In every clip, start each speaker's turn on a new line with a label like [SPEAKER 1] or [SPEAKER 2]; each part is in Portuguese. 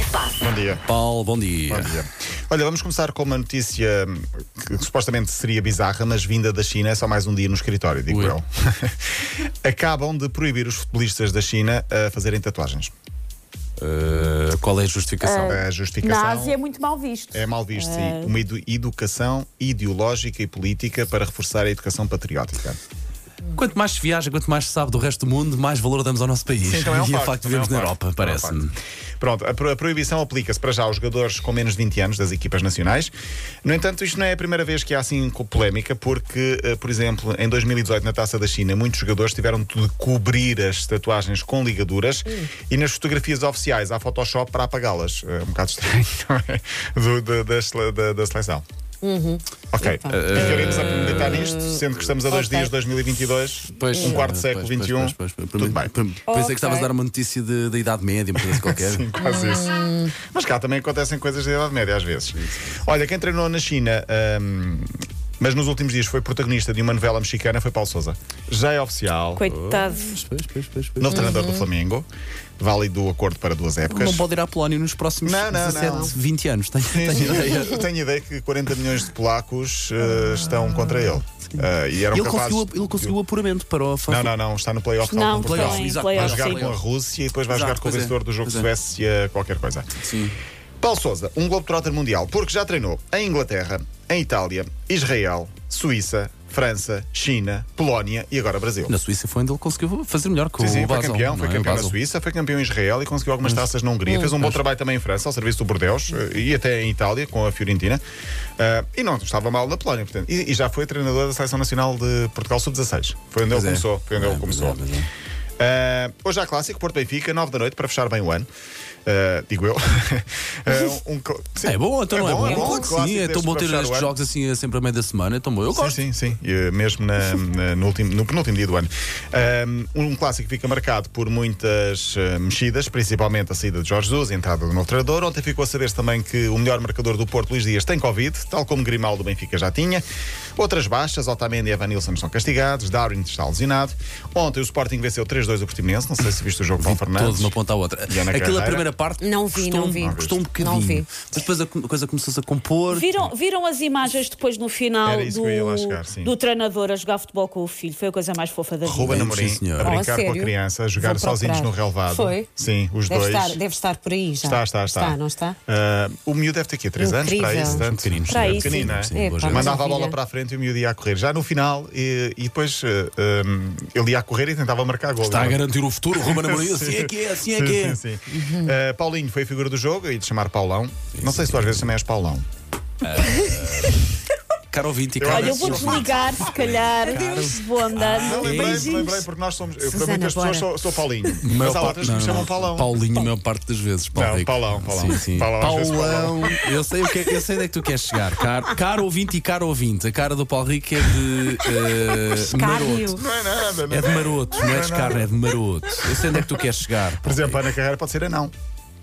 [SPEAKER 1] Espaço.
[SPEAKER 2] Bom dia.
[SPEAKER 3] Paulo, bom dia.
[SPEAKER 2] Bom dia. Olha, vamos começar com uma notícia hum, que supostamente seria bizarra, mas vinda da China, é só mais um dia no escritório, digo
[SPEAKER 3] Ui.
[SPEAKER 2] eu. Acabam de proibir os futebolistas da China a fazerem tatuagens.
[SPEAKER 3] Eh, qual é a justificação?
[SPEAKER 2] A
[SPEAKER 1] Na
[SPEAKER 2] justificação
[SPEAKER 1] Ásia é muito mal visto.
[SPEAKER 2] é mal visto, sim. Uma edu- educação ideológica e política para reforçar a educação patriótica.
[SPEAKER 3] Quanto mais se viaja, quanto mais se sabe do resto do mundo, mais valor damos ao nosso país.
[SPEAKER 2] Sim, também é um
[SPEAKER 3] e é
[SPEAKER 2] facto,
[SPEAKER 3] facto
[SPEAKER 2] também é um
[SPEAKER 3] vivemos na
[SPEAKER 2] facto,
[SPEAKER 3] Europa,
[SPEAKER 2] também é um
[SPEAKER 3] parece-me.
[SPEAKER 2] facto. Pronto, a, pro- a proibição aplica-se para já aos jogadores com menos de 20 anos das equipas nacionais. No entanto, isto não é a primeira vez que há assim co- polémica, porque, eh, por exemplo, em 2018, na Taça da China, muitos jogadores tiveram de cobrir as tatuagens com ligaduras
[SPEAKER 3] Hum.
[SPEAKER 2] e nas fotografias oficiais há Photoshop para apagá-las. É um bocado estranho, não é? Do- da, da sele- da- da seleção.
[SPEAKER 3] Uhum.
[SPEAKER 2] Ok,
[SPEAKER 3] Eh,
[SPEAKER 2] ficaremos a meditar nisto, sendo que estamos a dois
[SPEAKER 1] Ok.
[SPEAKER 2] dias de 2022,
[SPEAKER 3] Pois,
[SPEAKER 2] um quarto
[SPEAKER 3] eh,
[SPEAKER 2] século
[SPEAKER 3] pois, pois,
[SPEAKER 2] XXI.
[SPEAKER 3] pois, pois, pois.
[SPEAKER 2] Tudo bem.
[SPEAKER 3] Pensei que
[SPEAKER 1] Ok.
[SPEAKER 3] estavas a dar uma notícia de- da Idade Média, uma coisa qualquer.
[SPEAKER 2] Sim, quase isso.
[SPEAKER 3] Hum.
[SPEAKER 2] Mas cá também acontecem coisas da Idade Média às vezes. Olha, quem treinou na China. hum, mas nos últimos dias foi protagonista de uma novela mexicana, foi Paulo Souza. Já é oficial,
[SPEAKER 1] Coitado.
[SPEAKER 2] Hum.
[SPEAKER 3] Pois, pois, pois, pois.
[SPEAKER 2] novo treinador do Flamengo, válido o acordo para duas épocas.
[SPEAKER 3] Não pode ir à Polónia nos próximos
[SPEAKER 2] Não, não,
[SPEAKER 3] 17,
[SPEAKER 2] não. É
[SPEAKER 3] 20 anos. Tenho, tenho
[SPEAKER 2] Tenho
[SPEAKER 3] ideia.
[SPEAKER 2] ideia, tenho ideia que 40 milhões de polacos eh, estão contra ele. Eh, e eram
[SPEAKER 3] Ele
[SPEAKER 2] capazes-
[SPEAKER 3] conseguiu, ele conseguiu o apuramento para o
[SPEAKER 2] Não, não, não, está no um playoff. de
[SPEAKER 1] Não,
[SPEAKER 2] algum
[SPEAKER 1] playoff,
[SPEAKER 2] Portugal.
[SPEAKER 1] exato,
[SPEAKER 2] Vai
[SPEAKER 1] playoff,
[SPEAKER 2] jogar
[SPEAKER 1] sim.
[SPEAKER 2] com a Rússia e depois vai
[SPEAKER 3] Exato,
[SPEAKER 2] jogar com o
[SPEAKER 3] pois é,
[SPEAKER 2] vencedor do jogo
[SPEAKER 3] pois é.
[SPEAKER 2] Suécia, qualquer coisa.
[SPEAKER 3] Sim.
[SPEAKER 2] Paulo Souza, um Globetrotter mundial, porque já treinou em Inglaterra, em Itália, Israel, Suíça, França, China, Polónia e agora Brasil.
[SPEAKER 3] Na Suíça foi onde ele conseguiu fazer melhor com
[SPEAKER 2] Sim,
[SPEAKER 3] o
[SPEAKER 2] sim, foi
[SPEAKER 3] Basel.
[SPEAKER 2] campeão, foi
[SPEAKER 3] não é?
[SPEAKER 2] campeão
[SPEAKER 3] O
[SPEAKER 2] na
[SPEAKER 3] Basel.
[SPEAKER 2] Suíça, foi campeão em Israel e conseguiu algumas taças na Hungria. Fez um bom trabalho também em França, ao serviço do Bordeaux eh, e até em Itália, com a Fiorentina. Ah, e não, estava mal na Polónia, portanto. E, e já foi treinador da Seleção Nacional de Portugal Sub-16. Foi onde ele
[SPEAKER 3] Pois é.
[SPEAKER 2] começou. Foi onde
[SPEAKER 3] Pois
[SPEAKER 2] ele
[SPEAKER 3] é,
[SPEAKER 2] começou.
[SPEAKER 3] pois é, pois é.
[SPEAKER 2] Uh, hoje há clássico, Porto Benfica, 9 da noite, para fechar bem o ano. Uh, digo eu. Uh, um cl- sim.
[SPEAKER 3] É bom, então não é bom.
[SPEAKER 2] um
[SPEAKER 3] Claro que
[SPEAKER 2] clássico
[SPEAKER 3] sim, é tão
[SPEAKER 2] destes
[SPEAKER 3] bom
[SPEAKER 2] para
[SPEAKER 3] ter
[SPEAKER 2] fechar
[SPEAKER 3] estes
[SPEAKER 2] o ano.
[SPEAKER 3] jogos assim é sempre a meio da semana. É tão bom. Eu gosto.
[SPEAKER 2] Sim, sim, sim. E, eh, mesmo na- na- no, último, no penúltimo dia do ano. Um, um clássico que fica marcado por muitas eh, mexidas, principalmente a saída de Jorge Jesus, a entrada do novo treinador. Ontem ficou a saber também que o melhor marcador do Porto, Luís Dias, tem Covid, tal como Grimaldo do Benfica já tinha. Outras baixas, Otamendi e Evanilson são castigados, Darwin está lesionado. Ontem o Sporting venceu 3-2 o Portimonense, não sei se viste o jogo com o
[SPEAKER 3] Todos
[SPEAKER 2] Fernandes.
[SPEAKER 3] uma ponta à outra.
[SPEAKER 2] E Ana
[SPEAKER 3] Aquilo, a
[SPEAKER 2] Carreira?
[SPEAKER 3] primeira parte.
[SPEAKER 4] Não vi,
[SPEAKER 3] custou,
[SPEAKER 4] não
[SPEAKER 3] um-
[SPEAKER 4] vi.
[SPEAKER 3] Custou um bocadinho.
[SPEAKER 4] Não vi.
[SPEAKER 3] Mas depois a co- coisa começou-se a compor.
[SPEAKER 5] Viram, viram as imagens depois no final
[SPEAKER 2] Era isso que eu ia lá chegar, sim.
[SPEAKER 5] do, do treinador a jogar futebol com o filho? Foi a coisa mais fofa da vida.
[SPEAKER 2] Ruben
[SPEAKER 3] Sim,
[SPEAKER 2] Amorim
[SPEAKER 3] senhor.
[SPEAKER 2] a
[SPEAKER 4] Oh,
[SPEAKER 2] brincar
[SPEAKER 4] a
[SPEAKER 2] com a
[SPEAKER 4] sério?
[SPEAKER 2] criança, a
[SPEAKER 4] Vou
[SPEAKER 2] jogar sozinhos no
[SPEAKER 4] procurar.
[SPEAKER 2] relevado.
[SPEAKER 4] Foi?
[SPEAKER 2] Sim, os
[SPEAKER 4] Deve
[SPEAKER 2] dois.
[SPEAKER 4] Estar, deve estar por aí já.
[SPEAKER 2] Está, está, está.
[SPEAKER 4] Está, não está?
[SPEAKER 2] Ah, o miúdo deve ter aqui 3 anos para
[SPEAKER 4] Incrível.
[SPEAKER 2] isso, tanto.
[SPEAKER 3] Pequeninos,
[SPEAKER 5] Para
[SPEAKER 3] sim,
[SPEAKER 5] isso.
[SPEAKER 2] Pequenino, é?
[SPEAKER 3] sim, boa
[SPEAKER 4] Epá,
[SPEAKER 3] gente.
[SPEAKER 4] mas-
[SPEAKER 2] Mandava a bola
[SPEAKER 4] Maravilha.
[SPEAKER 2] para a frente e o miúdo ia a correr. Já no final, e, e depois eh, hum, ele ia a correr e tentava marcar gol.
[SPEAKER 3] Está a
[SPEAKER 2] Não é?
[SPEAKER 3] garantir o futuro, Ruben Amorim. Assim é que é, assim é
[SPEAKER 2] Sim,
[SPEAKER 3] que é.
[SPEAKER 2] sim, sim. Eh, Paulinho foi a figura do jogo, e de chamar Paulão. não sei se tu às vezes também és Paulão.
[SPEAKER 3] Caro ouvinte e
[SPEAKER 2] Eu
[SPEAKER 3] caro.
[SPEAKER 5] Olha, eu vou desligar, se calhar. Vou andando.
[SPEAKER 2] Não, lembrei-me,
[SPEAKER 5] Beijinhos.
[SPEAKER 2] lembrei, porque nós somos. Eu, para
[SPEAKER 4] É Susana,
[SPEAKER 2] muitas pessoas
[SPEAKER 4] bora.
[SPEAKER 2] sou, sou Paulinho.
[SPEAKER 3] Maior
[SPEAKER 2] Mas há
[SPEAKER 3] parte-
[SPEAKER 2] outras que me
[SPEAKER 3] não, não,
[SPEAKER 2] chamam
[SPEAKER 3] não.
[SPEAKER 2] Paulão.
[SPEAKER 3] Paulinho, a maior parte das vezes. Paulo
[SPEAKER 2] Não,
[SPEAKER 3] Rico.
[SPEAKER 2] Paulão, Paulão.
[SPEAKER 3] Sim, sim.
[SPEAKER 2] Paulão, às vezes
[SPEAKER 3] Paulão. Eu sei, o que, eu sei onde é que tu queres chegar. Caro, caro ouvinte e caro ouvinte. A cara do Paulo Rico é de. eh, maroto.
[SPEAKER 2] Não é nada, não
[SPEAKER 3] É de maroto, não é de
[SPEAKER 2] não.
[SPEAKER 3] carne, é de maroto. Eu sei onde é que tu queres chegar.
[SPEAKER 2] Por exemplo, a Ana Carreira pode ser anão.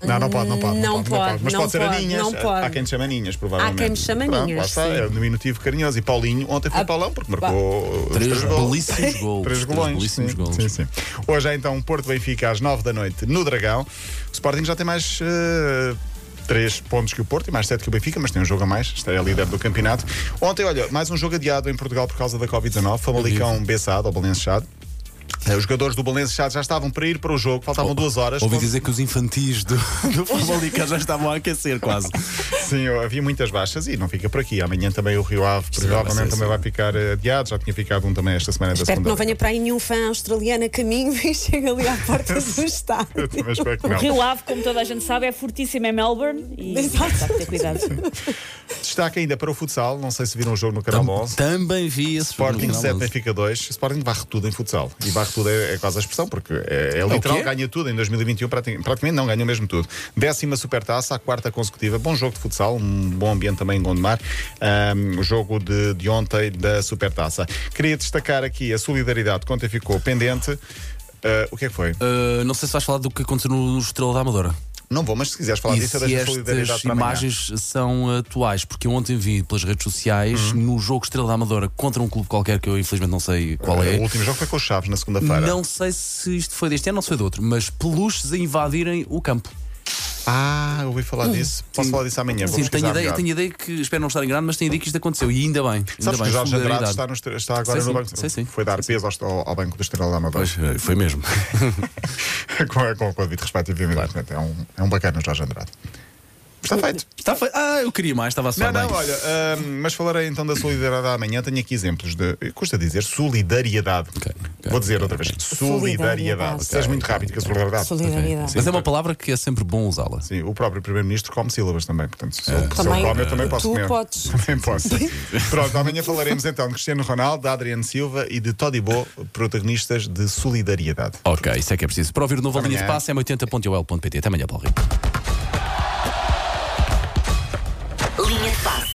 [SPEAKER 2] Não, não pode, não pode.
[SPEAKER 4] Não pode,
[SPEAKER 2] Mas
[SPEAKER 4] não
[SPEAKER 2] pode, ser
[SPEAKER 4] pode,
[SPEAKER 2] aninhas.
[SPEAKER 4] não pode.
[SPEAKER 2] Há quem te chama aninhas, provavelmente.
[SPEAKER 4] Há quem me chama
[SPEAKER 2] Pronto,
[SPEAKER 4] aninhas,
[SPEAKER 2] Lá está,
[SPEAKER 4] sim. Ah,
[SPEAKER 2] é um diminutivo carinhoso. E Paulinho, ontem foi Paulão, porque marcou os
[SPEAKER 3] Três
[SPEAKER 2] golos.
[SPEAKER 3] belíssimos golos.
[SPEAKER 2] Três golões.
[SPEAKER 3] belíssimos
[SPEAKER 2] sim,
[SPEAKER 3] golos.
[SPEAKER 2] sim, sim. Hoje é então Porto Benfica às 9 da noite no Dragão. O Sporting já tem mais. eh, três pontos que o Porto e mais sete que o Benfica, mas tem um jogo a mais, está é líder do campeonato. Ontem, olha, mais um jogo adiado em Portugal por causa da Covid-19, Famalicão Bessado ou Balençado. É, Os jogadores do Balençado já estavam para ir para o jogo, faltavam duas horas.
[SPEAKER 3] Ouvi
[SPEAKER 2] Quando-
[SPEAKER 3] dizer que os infantis do, do Famalicão já estavam a aquecer quase.
[SPEAKER 2] Sim, eu- havia muitas baixas e não fica por aqui. Amanhã também o Rio Ave
[SPEAKER 3] vai
[SPEAKER 2] provavelmente
[SPEAKER 3] ser,
[SPEAKER 2] também
[SPEAKER 3] sim.
[SPEAKER 2] vai ficar eh, adiado. Já tinha ficado um também esta semana da
[SPEAKER 4] Espero que
[SPEAKER 2] segunda.
[SPEAKER 4] não venha para aí nenhum fã australiano a caminho e chega ali à porta do
[SPEAKER 2] Eu
[SPEAKER 4] estádio.
[SPEAKER 2] também espero que
[SPEAKER 5] O
[SPEAKER 2] não.
[SPEAKER 5] Rio Ave, como toda a gente sabe, é fortíssimo em Melbourne e
[SPEAKER 4] Exato.
[SPEAKER 5] há que ter cuidado.
[SPEAKER 2] Destaque ainda para o futsal. Não sei se viram o jogo no canal 11.
[SPEAKER 3] Também vi esse jogo no
[SPEAKER 2] Sporting
[SPEAKER 3] final
[SPEAKER 2] 7,
[SPEAKER 3] 11.
[SPEAKER 2] Benfica 2. Sporting varre tudo em futsal. E varre tudo é, é quase a expressão, porque é, é literal,
[SPEAKER 3] quê?
[SPEAKER 2] ganha tudo. Em 2021 prati- um, praticamente não ganhou mesmo tudo. Décima supertaça, a quarta consecutiva. Bom jogo de futsal, um bom ambiente também em Gondomar. Ahm, o jogo de, de ontem da supertaça. Queria destacar aqui a solidariedade que ontem ficou pendente. Ah, o que é que foi?
[SPEAKER 3] Uh, não sei se vais falar do que aconteceu no Estrela da Amadora.
[SPEAKER 2] Não vou, mas se quiseres falar
[SPEAKER 3] e
[SPEAKER 2] disso, eu
[SPEAKER 3] se
[SPEAKER 2] deixo a solidariedade
[SPEAKER 3] estas
[SPEAKER 2] para amanhã.
[SPEAKER 3] imagens são atuais, porque eu ontem vi pelas redes sociais
[SPEAKER 2] Uhum.
[SPEAKER 3] no jogo Estrela da Amadora contra um clube qualquer que eu infelizmente não sei qual
[SPEAKER 2] Ah, O
[SPEAKER 3] é.
[SPEAKER 2] último jogo foi com os Chaves na segunda-feira.
[SPEAKER 3] Não sei se isto foi deste ano ou se foi de outro, mas peluches a invadirem o campo.
[SPEAKER 2] Ah, eu ouvi falar disso. Posso falar disso amanhã? Vou
[SPEAKER 3] Sim,
[SPEAKER 2] pesquisar
[SPEAKER 3] tenho ideia,
[SPEAKER 2] melhor.
[SPEAKER 3] tenho ideia que espero não estar enganado, mas tenho ideia que isto aconteceu. E ainda bem. Ainda
[SPEAKER 2] Sabes que
[SPEAKER 3] bem,
[SPEAKER 2] o Jorge Andrade
[SPEAKER 3] solidariedade.
[SPEAKER 2] está, no estre- está agora
[SPEAKER 3] Sei
[SPEAKER 2] no
[SPEAKER 3] sim,
[SPEAKER 2] banco.
[SPEAKER 3] sei sim.
[SPEAKER 2] Foi dar peso ao- ao, ao banco do Estrela da Amadora.
[SPEAKER 3] Pois, eh, foi mesmo.
[SPEAKER 2] com, com, com o devido respeito, obviamente. É, um, é um bacana o Jorge Andrade. Está feito.
[SPEAKER 3] Está feito. Ah, eu queria mais, estava a
[SPEAKER 2] Não,
[SPEAKER 3] soar
[SPEAKER 2] não,
[SPEAKER 3] bem.
[SPEAKER 2] olha, ahm, mas falarei então da solidariedade amanhã. Tenho aqui exemplos de. Custa dizer solidariedade.
[SPEAKER 3] Ok, ok,
[SPEAKER 2] Vou dizer outra vez. Solidariedade.
[SPEAKER 4] Solidariedade.
[SPEAKER 2] Se és muito rápido, que a solidariedade.
[SPEAKER 4] Solidariedade.
[SPEAKER 3] Mas é uma palavra que é sempre bom usá-la.
[SPEAKER 2] Sim, o próprio Primeiro-Ministro come sílabas também. Portanto, se, ele- se
[SPEAKER 4] Também-
[SPEAKER 2] ele come, É. eu também posso
[SPEAKER 4] tu
[SPEAKER 2] comer.
[SPEAKER 4] podes.
[SPEAKER 2] Também posso. Pronto, amanhã falaremos então de Cristiano Ronaldo, da Adriano Silva e de Todibo, protagonistas de solidariedade.
[SPEAKER 3] Ok, isso é que é preciso. Para ouvir o novo
[SPEAKER 2] Amanhã.
[SPEAKER 3] linha de passe é 80.ol.pt. Até amanhã, Paulo Rico.